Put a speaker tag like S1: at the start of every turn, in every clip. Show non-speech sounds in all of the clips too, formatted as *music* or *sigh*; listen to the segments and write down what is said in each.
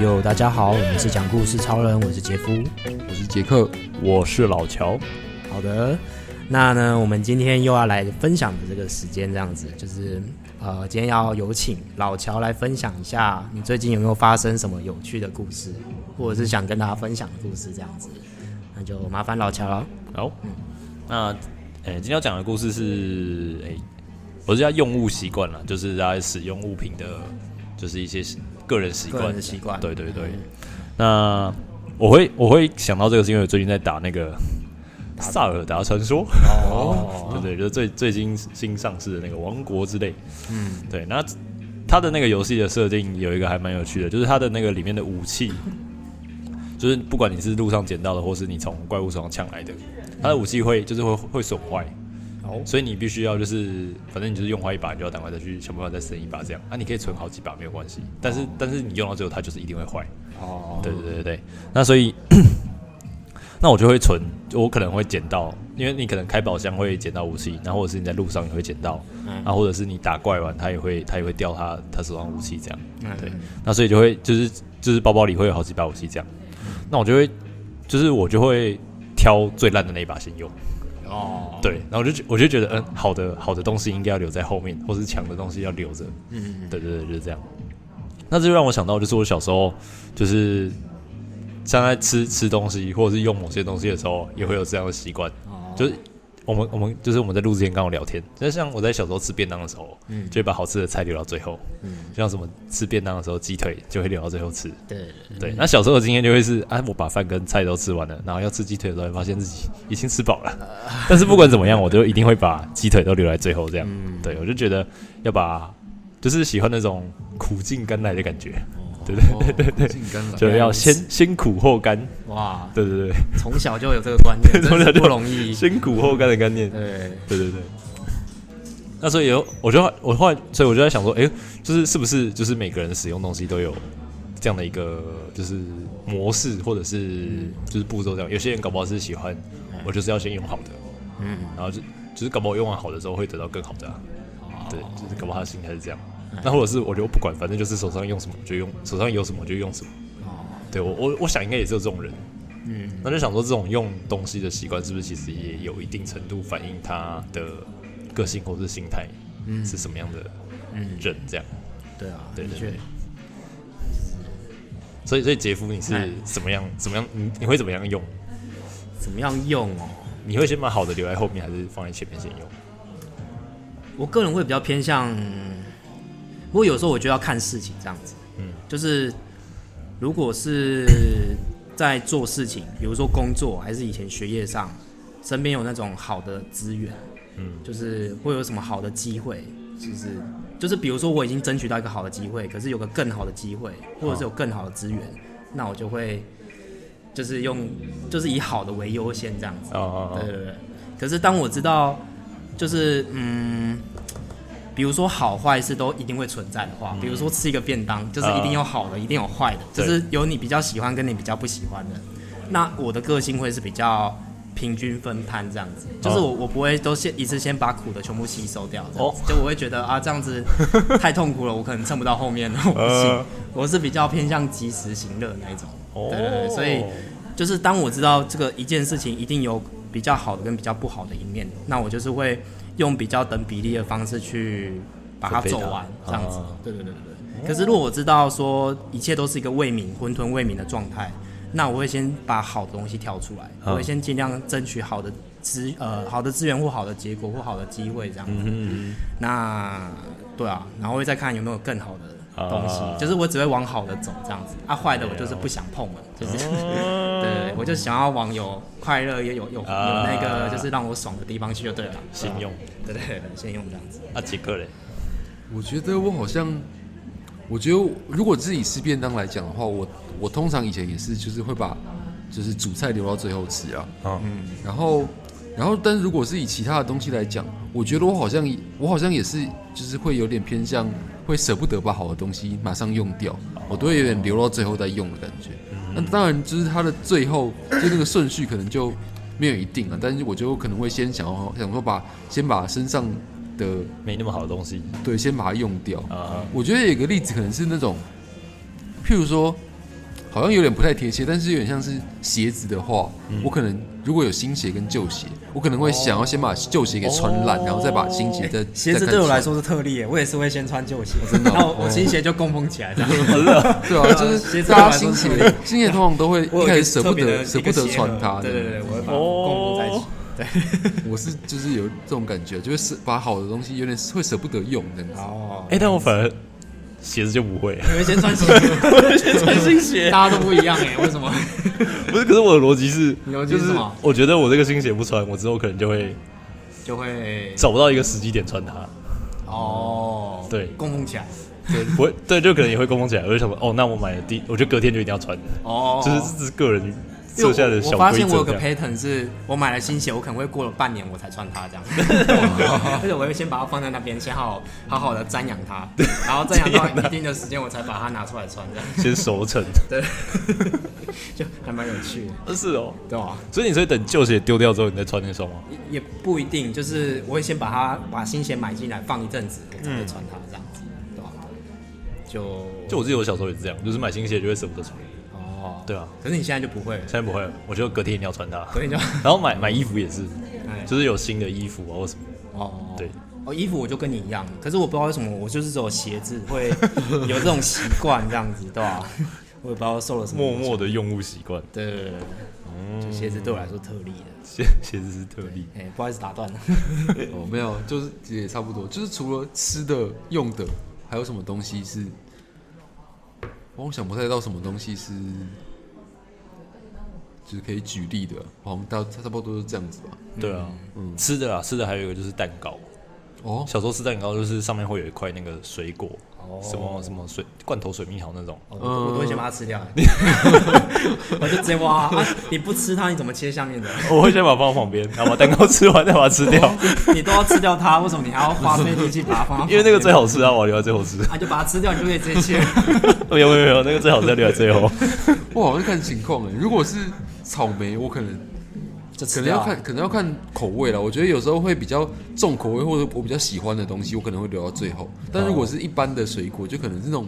S1: 哟，大家好，我们是讲故事超人，我是杰夫。
S2: 我是杰克，
S3: 我是老乔，
S1: 好的，那呢，我们今天又要来分享的这个时间，这样子就是呃，今天要有请老乔来分享一下，你最近有没有发生什么有趣的故事，或者是想跟大家分享的故事，这样子，那就麻烦老乔了。
S3: 好，那诶、今天要讲的故事是诶、我是要用物习惯啦，就是在使用物品的，就是一些个人习
S1: 个人
S3: 惯
S1: 的。习惯，嗯
S3: 对对对，那我会我会想到这个，是因为我最近在打那个《萨尔达传说》
S1: 哦，
S3: 对对，就是最最近新上市的那个《王国》之类。嗯，对，那它的那个游戏的设定有一个还蛮有趣的，就是它的那个里面的武器，就是不管你是路上捡到的，或是你从怪物手上抢来的，它的武器会就是会会损坏。
S1: 嗯哦
S3: 所以你必须要就是，反正你就是用坏一把，你就要赶快再去想办法再升一把这样。啊，你可以存好几把没有关系，但是但是你用到最后它就是一定会坏。
S1: 哦，
S3: 对对对对对，那所以 *clears throat* 那我就会存，我可能会捡到，因为你可能开宝箱会捡到武器，然后或者是你在路上也会捡到，
S1: 嗯
S3: 啊，或者是你打怪完他也会他也会掉他他手上武器这样，
S1: 嗯
S3: 对，那所以就会就是就是包包里会有好几把武器这样，那我就会就是我就会挑最烂的那一把先用，
S1: 哦，
S3: 对，然后我就觉我就觉得嗯，好的好的东西应该要留在后面，或是强的东西要留着，
S1: 嗯，
S3: 对对对，就是这样。那这就让我想到，就是我小时候，就是像在吃吃东西或者是用某些东西的时候，也会有这样的习惯。
S1: 哦
S3: 就是我们我们就是我们在录之前刚好聊天，就像我在小时候吃便当的时候，
S1: 嗯
S3: 就会把好吃的菜留到最后，
S1: 嗯，
S3: 就像什么吃便当的时候鸡腿就会留到最后吃。
S1: 对，
S3: 对，那小时候的经验就会是，啊，我把饭跟菜都吃完了，然后要吃鸡腿的时候，发现自己已经吃饱了。 *laughs* 但是不管怎么样，我就一定会把鸡腿都留在最后，这样。对，我就觉得要把，就是喜欢那种苦尽甘来的感觉，对
S2: 对对对，性感
S3: 就是要先先苦后甘。
S1: 哇，
S3: 对对对，
S1: 从小就有这个观念，
S3: *laughs* 从
S1: 真
S3: 小
S1: 是
S3: 就
S1: 不容易，
S3: 先苦后甘的概念。
S1: 对，
S3: 对对对。那所以有，我就我后来，所以我就在想说，哎、就是是不是就是每个人使用东西都有这样的一个就是模式，或者是
S1: 嗯
S3: 就是步骤这样。有些人搞不好是喜欢，我就是要先用好的，
S1: 嗯，
S3: 然后就就是搞不好用完好的之后会得到更好的、啊，
S1: 哦
S3: 对，就是搞不好他的心态是这样。
S1: 嗯
S3: 那或者是我就不管，反正就是手上用什么就用，手上有什么就用什么。
S1: 哦，
S3: 对我我我想应该也是有这种人，
S1: 嗯。
S3: 那就想说，这种用东西的习惯是不是其实也有一定程度反映他的个性或是心态，是什么样的人这样？
S1: 对啊，
S3: 对
S1: 的
S3: 对
S1: 确
S3: 对。所以，所以杰夫，你
S1: 哎
S3: 是怎么样？怎么样？你你会怎么样用？
S1: 怎么样用哦？
S3: 你会先把好的留在后面，还是放在前面先用？
S1: 我个人会比较偏向，不过有时候我就要看事情这样子。嗯
S3: 嗯，
S1: 就是如果是在做事情，比如说工作还是以前学业上，身边有那种好的资源，嗯
S3: 嗯，
S1: 就是会有什么好的机会，就是就是比如说我已经争取到一个好的机会，可是有个更好的机会，或者是有更好的资源，那我就会就是用就是以好的为优先这样子。
S3: 啊啊啊
S1: 对！对对。可是当我知道，就是嗯，比如说好坏是都一定会存在的话，比如说吃一个便当，就是一定有好的，一定有坏的，就
S3: 对
S1: 是有你比较喜欢跟你比较不喜欢的。那我的个性会是比较平均分摊这样子，就是我我不会都先一次先把苦的全部吸收掉，这样子就我会觉得啊这样 *laughs* 子太痛苦了，我可能撑不到后面了，我不行
S3: 呃。
S1: 我是比较偏向及时行乐那一种，
S3: 哦
S1: 对对对，所以就是当我知道这个一件事情一定有比较好的跟比较不好的一面，那我就是会用比较等比例的方式去把它走完，这
S3: 准备它
S1: 样子
S3: 啊。
S1: 对对对对对。可是如果我知道说一切都是一个未泯、混沌未泯的状态，那我会先把好的东西挑出来，
S3: 嗯
S1: 我会先尽量争取好的资呃好的资源或好的结果或好的机会这样子。
S3: 嗯，
S1: 那对啊，然后会再看有没有更好的东西，
S3: 啊
S1: 就是我只会往好的走这样子，啊坏的我就是不想碰了，就是、*laughs*
S3: 哦
S4: 嗯
S1: 对，我就想要往有快乐也有有有
S3: 啊
S1: 那个就是让我爽的地方去就对了，
S3: 先用。
S1: 对对对，先用这样子，
S3: 啊，杰克嘞，
S2: 我觉得我好像，我觉得如果自己吃便当来讲的话，我我通常以前也是，就是会把就是主菜留到最后吃啊。
S3: 嗯，
S2: 然后，然后，但如果是以其他的东西来讲，我觉得我好像也我好像也是，就是会有点偏向会舍不得把好的东西马上用掉，我都会有点留到最后再用的感觉。那当然，就是它的最后就那个顺序可能就没有一定啊，但是我就可能会先想要想说把先把身上的
S3: 没那么好的东西
S2: 对，先把它用掉。
S3: 啊、
S2: 我觉得有个例子可能是那种，譬如说，好像有点不太贴切，但是有点像是鞋子的话，
S1: 嗯
S2: 我可能如果有新鞋跟旧鞋，我可能
S1: 哦
S2: 会想要先把旧鞋给穿烂，
S3: 哦
S2: 然后再把新鞋再
S1: 哎鞋子对我来，说是特例耶，我也是会先穿旧鞋，
S2: 真的哦
S1: 然后我
S2: 哦
S1: 新鞋就供奉起来这样。
S2: 再穿对啊，就
S1: 鞋子
S2: 是
S1: 对我
S2: 大
S1: 来
S2: 家
S1: 说
S2: 新
S1: 是
S2: 鞋， *laughs* 新鞋通常都会
S1: *laughs* 我
S2: 一
S1: 有
S2: 开
S1: 一个
S2: 始舍
S1: 特
S2: 不
S1: 别的
S2: 得
S1: 一
S2: 舍
S1: 个
S2: 不得
S1: 鞋盒
S2: 穿它，
S1: 对对对，我会把它供奉在
S4: 哦
S1: 一起。对，
S2: *laughs* 我是就是有这种感觉，就是把好的东西有点会舍不得用这样子。
S1: 哦
S3: 哎、，但我反而鞋子就不会，
S1: 你们先穿新鞋，
S3: 穿新鞋
S4: *laughs* 大家都不一样哎，为
S1: *laughs*
S4: 什么？
S3: *laughs* 不是，可是我的逻辑是，
S4: 你逻辑
S3: 就是
S4: 什
S3: 是
S4: 么
S3: 我觉得我这个新鞋不穿，我之后可能就会
S4: 就会
S3: 找不到一个时机点穿它，
S1: 哦，
S3: 对
S1: 供奉起来。
S3: 不会，对，就可能也会公风起来，我就想说，哦，那我买的第，我觉得隔天就一定要穿，
S1: 哦，
S3: 就是这是个人
S1: 因为
S3: 设下的
S1: 我
S3: 小
S1: 我发
S3: 规
S1: 现我有
S3: 则
S1: 个
S3: 这样。
S1: pattern 是，我买了新鞋，我可能会过了半年我才穿它这样，
S3: *laughs*
S1: *laughs* 而且我会先把它放在那边，先好好好的瞻仰它，然后瞻仰到一定的时间我才把它拿出来穿这样，
S3: 先
S1: *laughs*
S3: 熟成， *laughs*
S1: 就还蛮有趣的，
S3: 是哦，
S1: 对吧、
S3: 所以你所以等旧鞋丢掉之后，你再穿那双吗？
S1: 也也不一定，就是我会先把它把新鞋买进来放一阵子，我才会穿它这样子，对吧、就
S3: 嗯就我记得我小时候也是这样，就是买新鞋就会舍不得穿，
S1: 哦，
S3: 对啊，
S1: 可是你现在就不会了，
S3: 现在不会了，我觉得隔天一定要穿它。
S1: 所以就 *laughs*
S3: 然后买买衣服也是，
S1: 哎
S3: 就是有新的衣服啊或什么的，
S1: 哦，
S3: 对。
S1: 哦，衣服我就跟你一样，可是我不知道为什么，我就是只有鞋子会 *laughs* 有这种习惯，这样子，对吧、我也不知道受了什么
S3: 默
S1: 影响。
S3: 默嗯的用物习惯，
S1: 对对对对，就鞋子对我来说特例的。
S3: 鞋鞋子是特例。
S1: 哎、不好意思打
S3: *laughs*
S1: 断了。
S2: 哦，没有，就是也差不多，就是除了吃的、用的，还有什么东西是，我想不太到什么东西是，就是可以举例的，好像大差不多都是这样子吧。
S3: 对啊，
S1: 嗯
S3: 吃的啊，吃的还有一个就是蛋糕。
S2: 哦，
S3: 小时候吃蛋糕就是上面会有一块那个水果，
S1: 哦
S3: 什么什么水罐头水蜜桃那种。
S1: 我都我都会先把它吃掉，我就直接挖、啊。你不吃它，你怎么切下面
S3: *laughs*
S1: 的？
S3: 我会先把它放到旁边， *laughs* 然后把蛋糕吃完再把它吃 *laughs* 掉，
S1: 你都要吃掉它，为什么你还要花费力气把它放到旁边？
S3: *laughs* 因为那个最好吃啊，我留在最后 *laughs* 吃。
S1: 啊，就把它吃掉，你就可以直接切。
S3: *laughs* 没有没有没有，那个最好吃要留在最 *laughs* 后。
S2: 我好像看情况哎，如果是草莓，我可能
S1: 就
S2: 可
S1: 吃
S2: 能要
S1: 掉。
S2: 看，可能要看口味了。我觉得有时候会比较重口味，或者我比较喜欢的东西，我可能会留到最后。但
S3: 嗯
S2: 如果是一般的水果，就可能是那种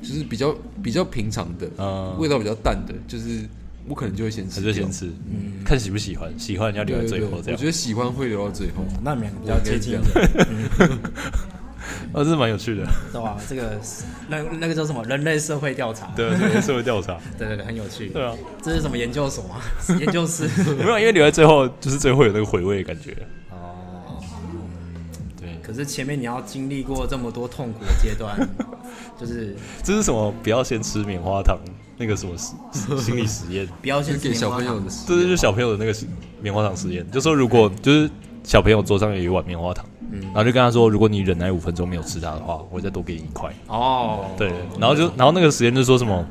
S2: 就是比较比较平常的，
S3: 嗯
S2: 味道比较淡的，就是我可能就会先吃掉，
S3: 那就先吃，看喜不喜欢，喜欢要留在
S2: 对对
S3: 最
S2: 对，
S3: 后这
S2: 我
S3: 样
S2: 觉。得喜欢会留到最后。
S1: 那你们两个比较接近一
S2: 我应
S1: 点，
S3: 啊，这是蛮有趣的，
S1: 对吧、这个那那个叫什么？人类社会调查。
S3: 对，这个社会调查，
S1: 对对对，很有趣。
S3: *laughs* 对啊，
S1: 这是什么研究所
S3: *laughs*
S1: 啊？研究室。 *laughs*
S3: 没有，因为留在最后就是最后有那个回味的感觉。
S1: 哦。
S3: 对，
S1: 可是前面你要经历过这么多痛苦的阶
S3: *laughs*
S1: 段，就是
S3: 这是什么？不要先吃棉花糖，那个什么实心理实 *laughs* 验，
S1: 不要
S2: 就
S1: 先
S2: 是给小朋友的
S3: 这是就小朋友的那个实棉花糖实验，就说如果就是小朋友桌上有一碗棉花糖，然后就跟他说，如果你忍耐五分钟没有吃它的话，我再多给你一块。
S1: 哦。
S3: 对，然后就然后那个实验就说什么，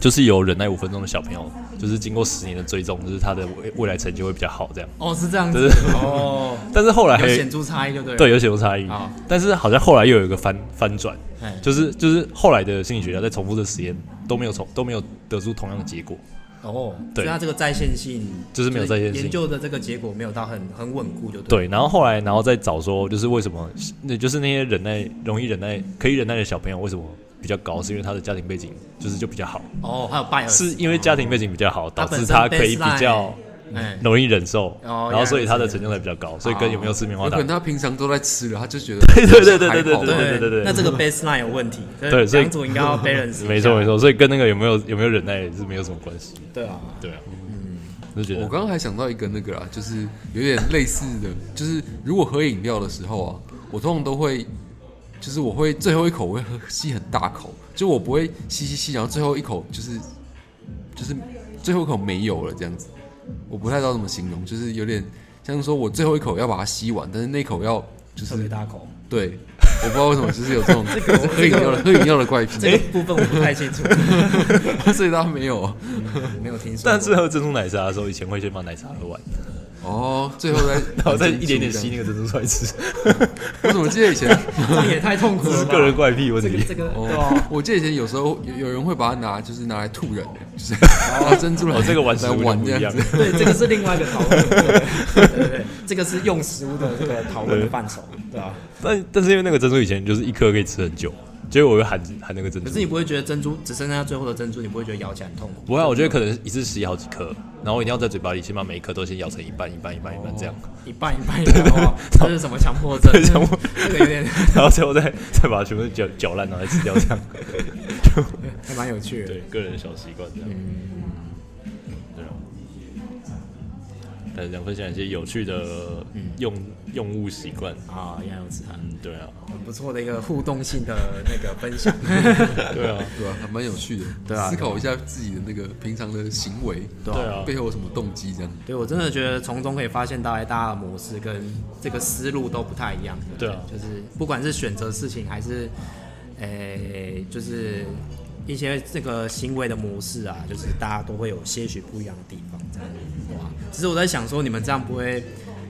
S3: 就是有忍耐五分钟的小朋友，就是经过十年的追踪，就是他的未未来成绩会比较好这样。
S1: 哦，是这样
S3: 对
S1: 子哦，
S3: *laughs* 但是后来还
S1: 有显著差异就对了。
S3: 哎对，有显著差异
S1: 啊。
S3: 但是好像后来又有一个翻翻转
S1: 哎，
S3: 就是就是后来的心理学家在重复的实验都没有重都没有得出同样的结果，
S1: 哦，所
S3: 对
S1: 以它这个在线性
S3: 就是没有在线性
S1: 研究的这个结果没有到很很稳固就对了。
S3: 对。然后后来然后再找说，就是为什么那就是那些忍耐容易忍耐可以忍耐的小朋友为什么比较高，是因为他的家庭背景就是就比较好，
S1: 哦，还有拜尔
S3: 是因为家庭背景比较好，导
S1: 他本
S3: 致
S1: 身
S3: 他可以比较
S1: baseline。哎
S3: 容易忍受，
S1: 哦
S3: 然后所以
S1: 原来是
S3: 他的
S1: 这样哦
S3: 成就才比较高，所以跟有没有吃棉花
S2: 有可
S3: 糖
S2: 能，他平常都在吃了，他就觉得
S3: 对对对对对
S2: 还好
S3: 对对对对
S1: 那这个 baseline 有问题，
S3: 对所以
S1: 两组应该
S3: *laughs*
S1: 要 balance 一下
S3: 没错没，错，所以跟那个有没有有没有忍耐是没有什么关系，
S1: 对啊，
S3: 对啊，我就觉
S2: 我
S3: 得
S2: 刚刚还想到一个那个啦，啊就是有点类似的，就是如果喝饮料的时候啊，我通常都会，就是我会最后一口我会喝吸很大口，就我不会吸吸吸，然后最后一口就是就是最后一口没有了这样子，我不太知道怎么形容，就是有点像是说我最后一口要把它吸完，但是那口要就
S1: 特别
S2: 是
S1: 大口，
S2: 对，我不知道为什么就是有
S3: *laughs*
S2: 这种喝饮料的喝饮料的怪癖，
S1: 这个部分我不太清楚，
S2: 所以他没有。
S1: 没有听说过。嗯
S3: 但是喝珍珠奶茶的时候，以前会先把奶茶喝完，
S2: 哦，最后再
S3: 然后再一点点吸那个珍珠出来
S1: *laughs*
S3: 吃，
S2: 我怎么记得以前，
S1: 这也太痛苦
S3: 这
S1: 了
S3: 是
S1: 吧。
S3: 个人怪癖问
S1: 这个
S3: 题。
S1: 这个对啊吧？
S2: 哦，我记得以前有时候有有人会把它拿，就是拿来吐人，就是 *laughs* 拿珍珠来
S3: *laughs* 哦，这个玩食
S2: 来
S3: 物就
S2: 玩
S3: 不
S2: 这
S3: 一
S2: 样
S3: 样
S2: 子。。
S1: 对，这个是另外一个讨论，对对对对，这个是用食物的这个讨论的范畴，对啊吧？
S3: 但但是因为那个珍珠以前就是一颗可以吃很久，结果我又含含那个珍
S1: 可
S3: 珠
S1: 是。你不会觉得珍珠只剩下最后的珍珠，你不会觉得咬起来很痛苦？
S3: 不会啊，我觉得可能一次吸好几颗，然后一定要在嘴巴里先把每一颗都先咬成一半一半一半一半
S1: *laughs*
S3: 这样，
S1: 一半一半一半，哇，这是什么强迫症？
S3: 强迫
S1: *laughs* 这个有点
S3: 然后最后再再把它全部搅搅烂，然后再吃掉这样。
S1: 还蛮有趣的。
S3: 对，嗯个人小习惯这样。对啊。但想分享一些有趣的用用物习惯。
S1: 啊，原来如此啊，
S3: 嗯，对啊，
S1: 很不错的一个互动性的那个分
S3: *laughs*
S1: 享。
S3: 对啊，
S2: 对吧、还蛮有趣的。
S1: 对啊
S2: 思考一下自己的那个平常的行为，
S1: 对
S3: 对啊
S2: 背后有什么动机
S3: *laughs*
S2: 这样。
S1: 对，我真的觉得从中可以发现，大概大家的模式跟这个思路都不太一样。不
S3: 对啊
S1: 就是不管是选择事情，还是，诶、就是一些这个行为的模式啊，就是大家都会有些许不一样的地方。这样，哇！只是我在想说，你们这样不会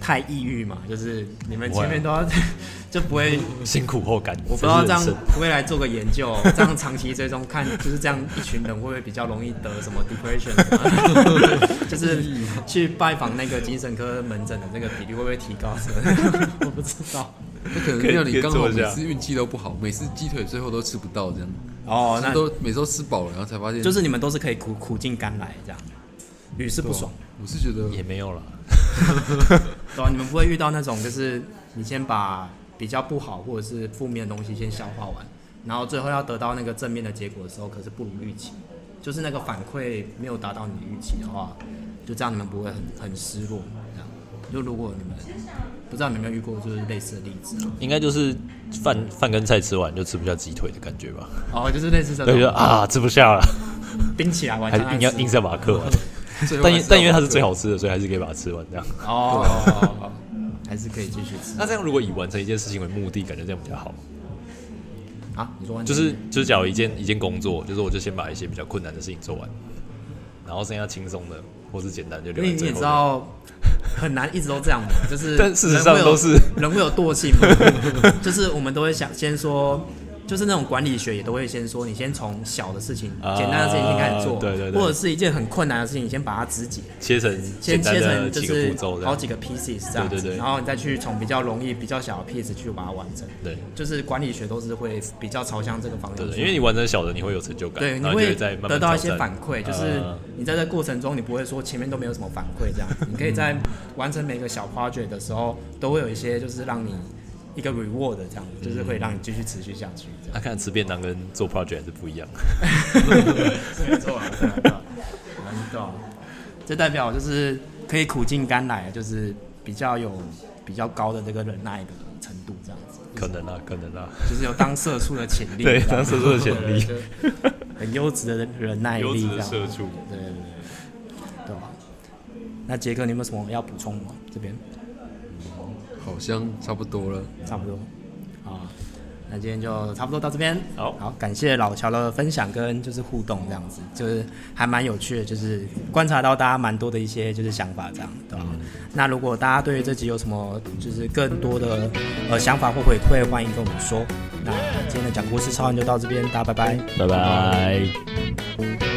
S1: 太抑郁嘛？就是你们
S3: 不会啊
S1: 前面都要， *laughs* 就不会。
S3: *laughs* 辛苦后感，
S1: 我不知道这
S3: 真
S1: 样
S3: 是人生
S1: 未来做个研究，哦这样长期追踪看，就是这样一群人会不会比较容易得什么 depression，什么 *laughs* 就是去拜访那个精神科门诊的那个比率会不会提高什么？ *laughs* 我不知道。
S2: 那可能
S3: 可以
S2: 让你刚好
S3: 可以做一
S2: 每
S3: 下
S2: 次运气都不好，每次鸡腿最后都吃不到这样，
S1: 哦
S2: 每次
S1: 那
S2: 都每次都吃饱了，然后才发现
S1: 就是你们都是可以苦苦尽甘来这样，屡试不爽，。
S2: 我是觉得
S3: 也没有了。
S1: 对吧、你们不会遇到那种就是你先把比较不好或者是负面的东西先消化完，然后最后要得到那个正面的结果的时候，可是不如预期，就是那个反馈没有达到你的预期的话，就这样你们不会很很失落。这样，就如果你们不知道你们有没有遇过就是类似的例子啊，
S3: 应该就是饭饭跟菜吃完就吃不下鸡腿的感觉吧？
S1: 哦，就是类似这
S3: 对，就
S1: 种
S3: 啊吃不下了，
S1: 冰起来晚
S3: 还是
S1: 上
S3: 硬要
S1: 再吃
S3: 硬是要把它嗑 *laughs* 完。
S2: 最后还
S3: 但因但因为它
S2: 要
S3: 是最好吃的，所以还是可以把它吃完这样。
S1: 哦哦哦哦还是可以继续吃
S3: 那这样如果以完成一件事情为目的，感觉这样比较好。
S1: 啊。你说完
S3: 就是就是，假如一件一件工作，就是我就先把一些比较困难的事情做完，然后剩下轻松的或是简单就
S1: 因
S3: 留
S1: 为
S3: 在
S1: 你
S3: 最
S1: 也
S3: 后
S1: 知
S3: 面。
S1: 道，很难一直都这
S3: *laughs*
S1: 样嘛，就是人会有。
S3: 但事实上都是
S1: 人会有惰性嘛， *laughs* 就是我们都会想先说，就是那种管理学也都会先说，你先从小的事情、
S3: 啊
S1: 简单的事情先开始做，
S3: 对对对
S1: 或者是一简单的事情先开始做或者是一件很困难的事情，你先把它肢解，
S3: 切成
S1: 先
S3: 简单
S1: 切
S3: 的
S1: 成就
S3: 几个
S1: 是
S3: 步骤这
S1: 好
S3: 样。
S1: 几个 pieces 这样子，
S3: 对对对
S1: 然后你再去从比较容易、比较小的 piece 去把它完成。
S3: 对
S1: 就是管理学都是会比较朝向这个方向
S3: 对
S1: 去
S3: 对，因为你完成小的，你会有成就感，
S1: 对，
S3: 然
S1: 你
S3: 后就
S1: 会
S3: 会再慢慢
S1: 得到一
S3: 挑
S1: 些
S3: 战
S1: 反馈，就是
S3: 呃
S1: 你在这过程中，你不会说前面都没有什么反馈这样，你
S3: 嗯
S1: 可以在完成每个小 project 的时候，都会有一些就是让你一个 reward 这样，就是
S3: 嗯
S1: 会让你继续持续下去这样。
S3: 那看吃便当跟做 project 还是不一样。
S1: 没错啊，对啊 *laughs* 对啊难道这代表就是可以苦尽甘来，就是比较有比较高的这个忍耐的程度这样子，
S3: 可能啊，可能啊，
S1: 就是有当社畜的潜力，
S3: 对，
S1: 这样
S3: 当时做的潜力，
S1: 很优质的忍忍耐
S3: 优
S1: 力
S3: 质
S1: 这
S3: 的
S1: 样。
S3: 社畜。
S1: 对对对，对吧？那杰哥，你有没有什么要补充吗？这边
S2: 好像差不多了。
S1: 差不多啊，那今天就差不多到这边。
S3: 好
S1: 好，感谢老乔的分享跟就是互动这样子，就是还蛮有趣的，就是观察到大家蛮多的一些就是想法这样，对吧？那如果大家对于这集有什么就是更多的呃想法或回馈，欢迎跟我们说。那今天的讲故事超人就到这边，大家拜拜。
S3: 拜拜。
S2: 拜